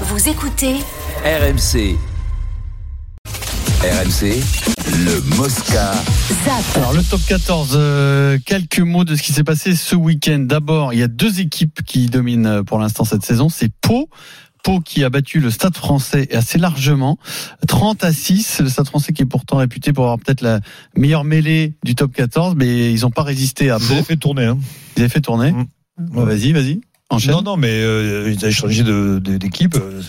Vous écoutez RMC. RMC, le Mosca. ZAP. Alors le top 14, euh, quelques mots de ce qui s'est passé ce week-end. D'abord, il y a deux équipes qui dominent euh, pour l'instant cette saison. C'est Pau. Pau qui a battu le Stade français assez largement, 30 à 6. Le Stade français qui est pourtant réputé pour avoir peut-être la meilleure mêlée du top 14, mais ils n'ont pas résisté Ah à Pau. Vous avez fait tourner. Hein. Ils avaient fait tourner. Mm. bah, Ouais, vas-y, vas-y, enchaîne. Non, non, mais euh, ils avaient changé de- de- d'équipe, euh,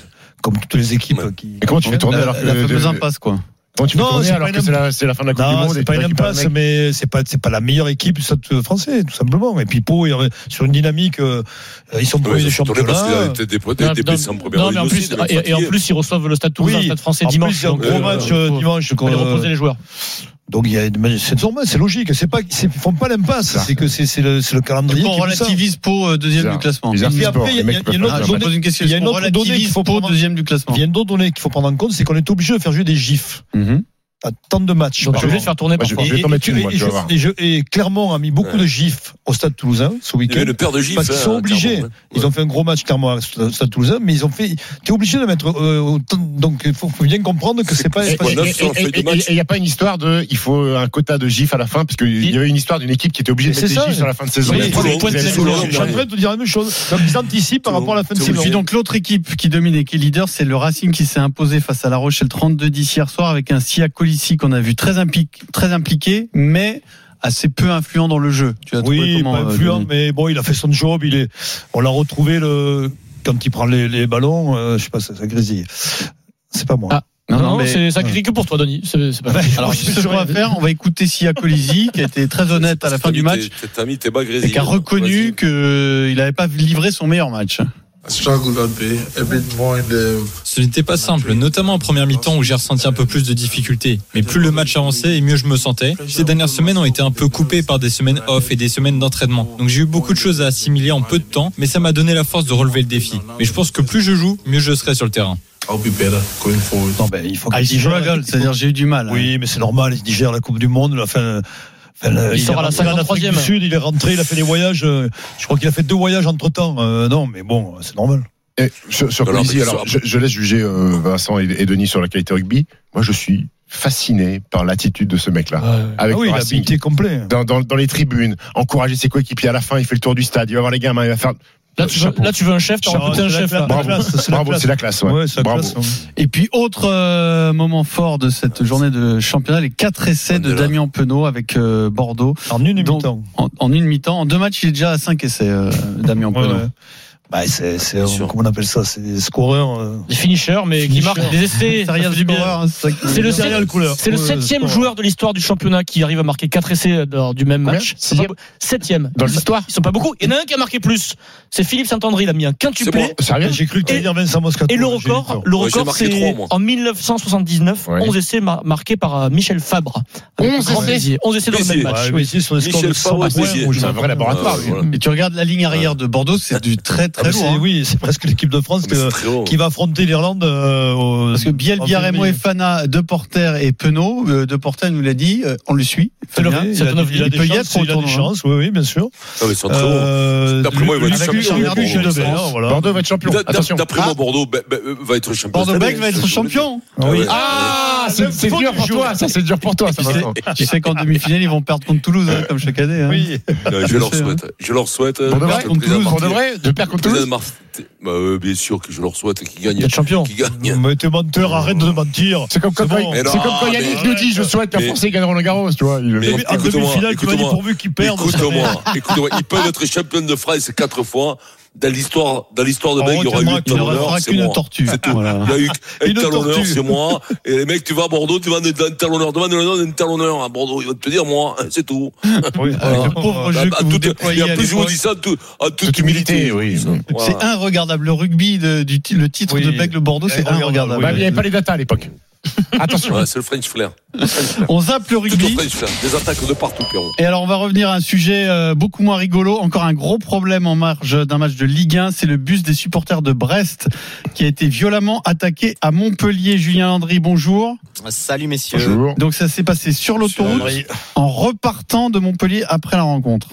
comme toutes les équipes euh, qui. Mais comment tu fais tourner la, alors que la fameuse de- impasse, quoi. Comment tu fais Non, tourner c'est pas alors une que c'est la, c'est la fin de la Coupe du Non, Monde et c'est pas que une t'as récupéré impasse, le mec mais c'est pas c'est pas la meilleure équipe du stade français, tout simplement. Et puis Pau, ils avaient- sur une dynamique, euh, ils sont premiers Ouais, du surtout les parce qu'il championnat. Ah. avait peut-être des, Non, des, des non, blessés en première non, ligne mais en aussi, plus, ils devaient être et, et en fatigués. plus, ils reçoivent le Stade Toulousain, Oui. le Stade français en dimanche. plus, il y a un donc, gros euh, match faut- euh, faut- dimanche. faut aller quoi. reposer les joueurs. Donc il y a mais c'est normal, c'est logique. C'est pas c'est- ils font pas l'impasse, c'est que c'est c'est le c'est le Du calendrier. coup, on qui veut ça. relativise Pau euh, deuxième Bizarre. du classement. Bizarre Et puis sport, après, il y a- les mecs il y a peuvent une pas autre Ah, faire je vous mal. pose une question. Il y a Est-ce une qu'on autre donnée relativise qu'il faut Pau prendre- deuxième du classement Il y a une autre donnée qu'il faut prendre en compte, c'est qu'on est obligé de faire jouer des gifs Mhm. à tant de matchs. Donc, par tu es obligé an. de faire tourner Moi, par j'ai contre. Je vais t'en mettre une, moi, tu vas voir. et, je- et Clermont a mis beaucoup Ouais. de gifs au Stade Toulousain ce Il y week-end. avait le père de gif. Parce qu'ils sont obligés. Ils ont fait un gros match Clermont au Stade Stade Toulousain, mais ils ont fait. T'es obligé de mettre. euh, autant- donc il faut, faut bien comprendre que c'est pas. c'est c'est pas- quoi, neuf sur la Et- feuille de et- et- match Et il n'y a pas une histoire de. Il faut un quota de gif à la fin, parce qu'il y avait une histoire d'une équipe qui était obligée de Mais mettre c'est des ça. gifs sur la fin de saison. Oui, Il y a ils trois font des équipes points de qui saison. avaient Je suis en train de te dire la même chose. Donc ils anticipent par rapport à la fin de Tout- Et tout- puis saison. donc l'autre équipe qui domine et qui est leader, c'est le Racing qui s'est imposé face à La Rochelle 32-10 hier soir avec un Sia Colissi qu'on a vu très, impliqué, très impliqué, mais assez peu influent dans le jeu. Tu as trouvé Oui, comment pas euh, influent, Denis mais bon, il a fait son job. Il est. On l'a retrouvé le quand il prend les, les ballons. euh, je sais pas, ça, ça grésille. C'est pas moi. Ah. Non, non, mais- c'est ça critique que pour toi, Denis. C'est c'est pas Alors ce qu'on va faire, on va écouter Sia Colisi qui a été très honnête à la fin du match T'as mis tes bas et qui a reconnu qu'il n'avait pas livré son meilleur match. Ce n'était pas simple, notamment en première mi-temps où j'ai ressenti un peu plus de difficultés. Mais plus le match avançait et mieux je me sentais. Ces dernières semaines ont été un peu coupées par des semaines off et des semaines d'entraînement. Donc j'ai eu beaucoup de choses à assimiler en peu de temps, mais ça m'a donné la force de relever le défi. Mais je pense que plus je joue, mieux je serai sur le terrain. Non, ben, il faut. Ah, il qu'il joue la digère- gueule, c'est-à-dire j'ai eu du mal. Oui, mais c'est normal, il digère la Coupe du Monde, la fin. enfin, la- Il sort est à la rentré en Afrique 53e. du Sud, il est rentré, il a fait des voyages. euh, Je crois qu'il a fait deux voyages entre temps. non, mais bon, c'est normal. Et sur sur Non, non, Colisi, mais alors ça- je, je laisse juger euh, Vincent et, et Denis sur la qualité rugby. Moi, je suis fasciné par l'attitude de ce mec-là. Avec ah oui, le il a Racing. habité complet. Dans, dans, dans les tribunes, encourager ses coéquipiers à la fin, il fait le tour du stade, il va voir les gamins, il va faire. Là, tu veux, là, tu veux un chef, t'as Chapeau. recruté un C'est la chef. là. classe. Bravo, classe, c'est la bravo, classe. c'est la classe. ouais. Ouais, c'est la Bravo. classe, ouais. Et puis autre euh, moment fort de cette journée de championnat, les quatre essais de Mandela. Damien Penaud avec euh, Bordeaux. En une Donc, mi-temps. En, en une mi-temps, en deux matchs, il est déjà à 5 essais, euh, Damien Ouais, Penaud. ouais. Bah, c'est, c'est, Bien sûr. comment on appelle ça C'est des scoreurs. euh. Des finishers, mais qui Finisher. marquent des essais. C'est rien Ça du fait du bien. scoreur, hein, c'est ça qui- C'est le, Serial sept- couleur. c'est le Ouais, septième score. joueur de l'histoire du championnat qui arrive à marquer 4 essais euh, lors du même match. C'est pas Sixième beau- Septième. Dans l'histoire Ils sont pas beaucoup. Il y en a un qui a marqué plus. C'est Philippe Saint-André. Il a mis un quintuplé. C'est moi. Sérieux J'ai cru que tu Et- dire Vincent Moscato. Et le j'ai eu record, tort. le Ouais, j'ai record, marqué trois, c'est moi. en 1979, Ouais. 11 essais mar- marqués par euh, Michel Fabre. 11 essais 11 essais dans le Béziers. même match. Ouais, oui. mais c'est sur les scores Michel de Ah 100 Favre, points, Béziers. où je- C'est un vrai laboratoire, lui. Et tu regardes la ligne arrière de Bordeaux, c'est du très Ah, très mais lourd. c'est- hein. Oui, c'est presque l'équipe de France que- qui va affronter l'Irlande. euh, au- Parce que Biel, en Biarremo février. et Fana, De Porter et Penaud, euh, De Porter nous l'a dit, euh, on le suit. Il Fabien, a- il, il, a, peut- il a il des peut y chances, être pour le il a des tournoi. hein. chances, oui, oui, bien sûr. Ah, mais ils sont très hauts. Euh, D'après moi, il va être Luc- champion. Luc- Luc- Luc- Luc- Bordeaux. Luc- voilà. Bordeaux va être champion. D'a- d'a- Attention. D'après moi, Bordeaux ben, ben, euh, va être champion. cette Bordeaux-Bègles année, va être je vous le champion. dis. Ah ouais. Ah, Le c'est c'est faux dur du pour jour. toi, ça c'est dur pour toi, ça Tu sais, Vincent. tu sais qu'en demi-finale, ils vont perdre contre Toulouse, hein, comme chaque année. hein. Ah. Oui. Non, Je leur souhaite. Je leur souhaite. euh, Pour de parce vrai, que le contre président Toulouse, pour de Martin- vrai, de perdre le contre président Toulouse. Martin- Bah, euh, Bien sûr que je leur souhaite qu'ils gagnent. D'être champion. Qu'ils gagnent. Mais t'es menteur, arrête de mentir. C'est comme quand, bon. c'est Mais comme non, quand Yannick mais- nous dit je souhaite la mais- Français gagneront le Garros, tu vois. il- Mais- Mais en écoute-moi, demi-finale, tu m'as dit écoute-moi. pourvu qu'ils perdent. Écoute-moi, écoute-moi, ils peuvent être champions de France quatre fois. Dans l'histoire, dans l'histoire de On Bègles, il y aura eu Il ne retiendra un restera talonneur, c'est qu'une moi. tortue. Voilà. Il y a eu un Une talonneur, tortue. c'est moi. Et les mecs, tu vas à Bordeaux, tu vas dans un talonneur, demande le nom d'un talonneur à Bordeaux. Ils vont te dire, moi, hein, c'est tout. Oui, Le Alors, pauvre euh, jeu À- à que vous toute- et déployez en à plus, je vous l'époque. dis ça en tout- en toute Toute humilité. humilité, oui. Voilà. C'est inregardable. Le rugby de- du, le titre Oui. de Bègle Bordeaux, c'est Inregardable, inregardable. Bah, il n'y avait pas les datas à l'époque. Attention. Voilà, c'est le French Flair. On zappe le Tout au rugby. French Flair. Des attaques de partout, Pierrot. Et alors on va revenir à un sujet euh, beaucoup moins rigolo, encore un gros problème en marge d'un match de Ligue 1, c'est le bus des supporters de Brest qui a été violemment attaqué à Montpellier. Julien Landry, bonjour. Salut euh, messieurs. Bonjour. Donc ça s'est passé sur l'autoroute en repartant de Montpellier après la rencontre.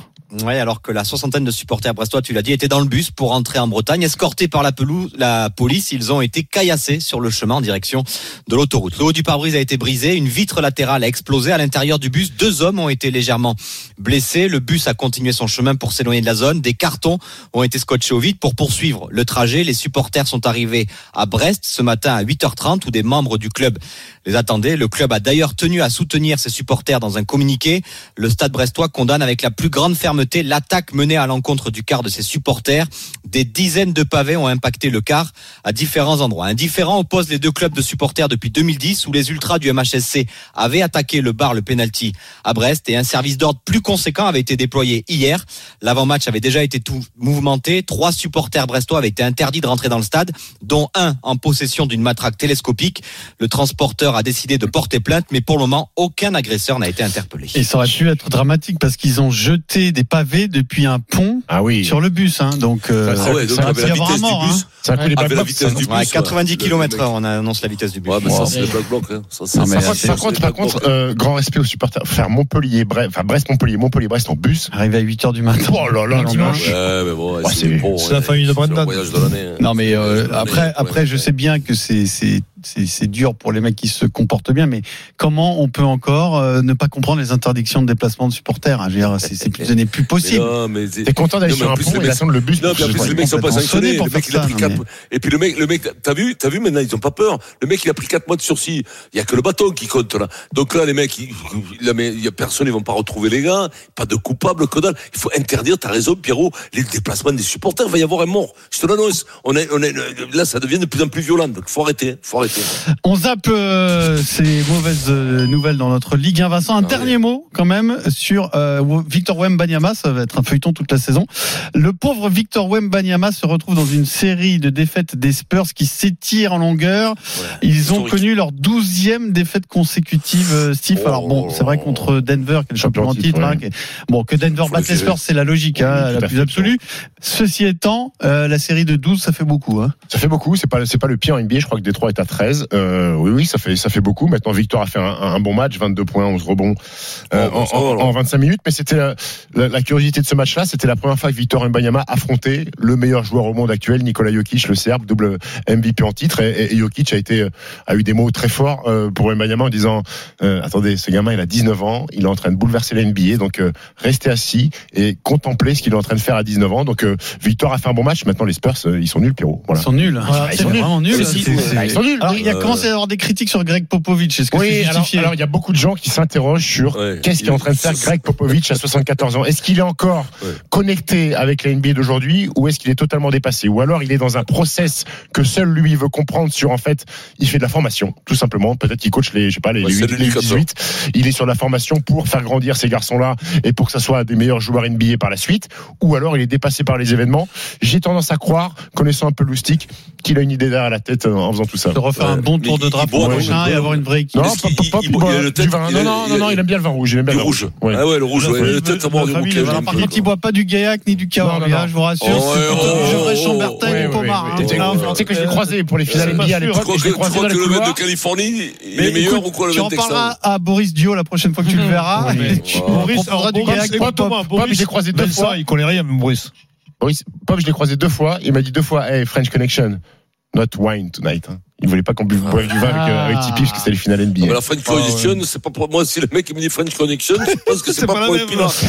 Ouais, alors que la soixantaine de supporters brestois, tu l'as dit, étaient dans le bus pour rentrer en Bretagne, escortés par la pelouse, la police. Ils ont été caillassés sur le chemin en direction de l'autoroute. Le haut du pare-brise a été brisé, une vitre latérale a explosé à l'intérieur du bus. Deux hommes ont été légèrement blessés. Le bus a continué son chemin pour s'éloigner de la zone. Des cartons ont été scotchés au vide pour poursuivre le trajet. Les supporters sont arrivés à Brest ce matin à 8h30 où des membres du club les attendaient. Le club a d'ailleurs tenu à soutenir ses supporters dans un communiqué. Le stade brestois condamne avec la plus grande fermeté l'attaque menée à l'encontre du quart de ses supporters. Des dizaines de pavés ont impacté le quart à différents endroits. Un différent oppose les deux clubs de supporters depuis 2010 où les ultras du MHSC avaient attaqué le bar, le penalty à Brest et un service d'ordre plus conséquent avait été déployé hier. L'avant-match avait déjà été tout mouvementé. Trois supporters brestois avaient été interdits de rentrer dans le stade, dont un en possession d'une matraque télescopique. Le transporteur a décidé de porter plainte, mais pour le moment, aucun agresseur n'a été interpellé. Et ça aurait pu être dramatique parce qu'ils ont jeté des pavés depuis un pont Ah oui. sur le bus. Hein, donc, euh, Ah ouais, donc ça aurait avec pu la y avoir un vitesse du mort. bus, hein. Ça a pris les Avec Ah, la Blackhawks, ça, vitesse non du bus. hein. Ouais, 90 ouais. km Le mec. heure, on annonce la vitesse du but. Ouais, mais ça, Wow. c'est le black bloc. hein. Ça, ça, Non, mais ça, Par contre, c'est- par c'est contre, le par black contre, bloc. euh, grand respect aux supporters. Faire Montpellier, Brest, enfin Brest, Montpellier, Montpellier, Brest en bus. Arrivé à 8h du matin. Oh là là, Non, dimanche. Ouais, mais bon, Ouais, c'est c'est- bon, c'est ouais. la famille de C'est le Brandon. voyage de l'année, hein. Non mais euh, Ouais, je après l'ai, après ouais. je sais bien que c'est c'est c'est c'est dur pour les mecs qui se comportent bien mais comment on peut encore euh, ne pas comprendre les interdictions de déplacement de supporters hein, je veux dire c'est c'est plus- ce n'est plus Mais possible non, mais c'est- T'es content d'aller Non, mais sur en un plus, pont le et mec- d'attendre le bus Non, pour puis en se plus, les poser mecs sont pas complètement. sanctionnés. pour Le mec, faire il a ça, pris non, quatre- mais- Et puis le mec, le mec, t'as vu, t'as vu maintenant, ils ont pas peur. Le mec, il a pris 4 mois de sursis. Il y a que le bâton qui compte, là. Donc là, les mecs, ils- ils- là, mais il y a personne, ils vont pas retrouver les gars. Pas de coupable, que dalle. Il faut interdire, t'as raison, Pierrot, les déplacements des supporters. Il va y avoir un mort. Je te l'annonce. On est, on est, là, ça devient de plus en plus violent. Donc faut arrêter, hein. faut arrêter. on zappe euh, ces mauvaises euh, nouvelles dans notre Ligue 1 Vincent un Ah, dernier mot quand même sur euh, Wo- Victor Wembanyama ça va être un feuilleton toute la saison le pauvre Victor Wembanyama se retrouve dans une série de défaites des Spurs qui s'étire en longueur ils ont Historique. connu leur douzième défaite consécutive, euh, Steve. Oh. Alors bon, c'est vrai contre Denver, qui est le champion en titre. Champion hein, en qui est- Bon, que Denver Faut batte le les Spurs, c'est la logique hein, Oui, tout la à plus fait. absolue. Ceci étant, euh, la série de 12, ça fait beaucoup. Hein. Ça fait beaucoup, c'est pas, c'est pas le pire en NBA, je crois que Détroit est à 13. Euh, oui, oui, ça fait, ça fait beaucoup. Maintenant, Victor a fait un, un bon match, 22 points, 11 rebonds euh, Oh, bah, ça en, va, alors. en 25 minutes. Mais c'était la, la- la curiosité de ce match-là, c'était la première fois que Victor Mbanyama affrontait le meilleur joueur au monde actuel, Nikola Jokic, le Serbe, double MVP en titre. Et, et- et Jokic a, été, euh, a eu des mots très forts euh, pour Mbanyama en disant euh, Attendez, ce gamin, il a 19 ans, il est en train de bouleverser la NBA, donc euh, restez assis et contemplez ce qu'il est en train de faire à 19 ans. Donc, euh, Victor a fait un bon match. Maintenant, les Spurs, euh, ils sont nuls, Pierrot. Voilà. Ils sont nuls. hein. Voilà, ils c'est sont nuls. vraiment nul. C'est- C'est- c'est- c'est- Ah, ils sont nuls. Alors, il y a Euh, commencé à y avoir des critiques sur Greg Popovich. Est-ce que Oui, c'est alors justifié alors, il y a beaucoup de gens qui s'interrogent sur Ouais. qu'est-ce qu'est en train de faire Greg Popovich à 74 ans. Est-ce qu'il est encore Ouais. connecté avec la NBA d'aujourd'hui ou est-ce qu'il est totalement dépassé Ou alors il est dans un process que seul lui veut comprendre sur en fait, il fait de la formation, tout simplement. Peut-être qu'il coach les, je sais pas, les, Ouais, c'est 8, les l'éducateur. 18. Il est sur la formation pour faire grandir ces garçons-là et pour que ça soit des meilleurs joueurs NBA par la suite. Ou alors il est dépassé par les événements. J'ai tendance à croire, connaissant un peu Loustic, qu'il a une idée derrière la tête euh, en faisant tout ça. de refaire Ouais. un bon tour Mais de il drapeau boit, prochain il et boit. avoir une vraie équipe Non, Est-ce pop, qu'il- pop, pop, il- il il- boit il a le euh, du tête- vin. il Non, a- non, il a- non, non, il aime bien le vin rouge. Il aime bien Du le vin rouge. Ouais. Ah ouais, le rouge, ouais. La Le tête à boire du famille, bouquet. voilà. j'aime Par pas, contre, il quoi. boit pas du gaillac ni du Non, cahorn, non, les gars, non. je vous rassure. Oh, c'est plutôt oh, du vrai oh, Chambertin Ouais, et ouais, Pomar. ouais. hein. Tu sais que- Là, tu sais que je l'ai croisé pour les Euh, finales NBA à tu l'époque. crois Je que, l'ai tu croisé crois dans que les le mec de couloirs. Californie, il Mais est meilleur écoute, ou quoi le tu mec en parleras texan à Boris Dio la prochaine fois que tu le verras. Ouais, mais- Et tu- Wow. Boris aura du Boris, gaillac c'est pour pas Thomas, Pop. Pop, je l'ai croisé deux Vincent, fois. il connaît rien, même Boris. Boris- Ah Pop, je l'ai croisé deux fois. Il m'a dit deux fois, hey, French Connection, not wine tonight. hein. Il voulait pas qu'on bu- boive du vin avec, euh, avec Tipeee parce que c'est les finales Ah, mais NBA. la French Connection, c'est pas pour moi. Si le mec il me dit French Connection, je pense que c'est pas, pas la pour même. les pilotes.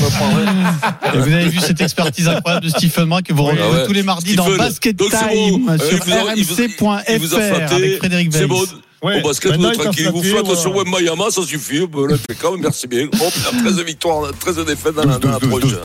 Et vous avez vu cette expertise incroyable de Stephen Brun que vous Ah retrouvez ouais. tous les mardis Stephen. dans Basket Donc, c'est Time bon. sur Euh, il vous a- il vous- il vous a rmc.fr flatté. avec Frédéric Weiss. C'est bon. Ouais. Au basket, vous Maintenant, êtes il t'a tranquille. Vous flatté, faites voilà. sur Wembayama, ça suffit. Ben, là, c'est quand même, merci bien. Hop, 13 victoires, 13 défaites dans la dans la 12, 12, prochaine.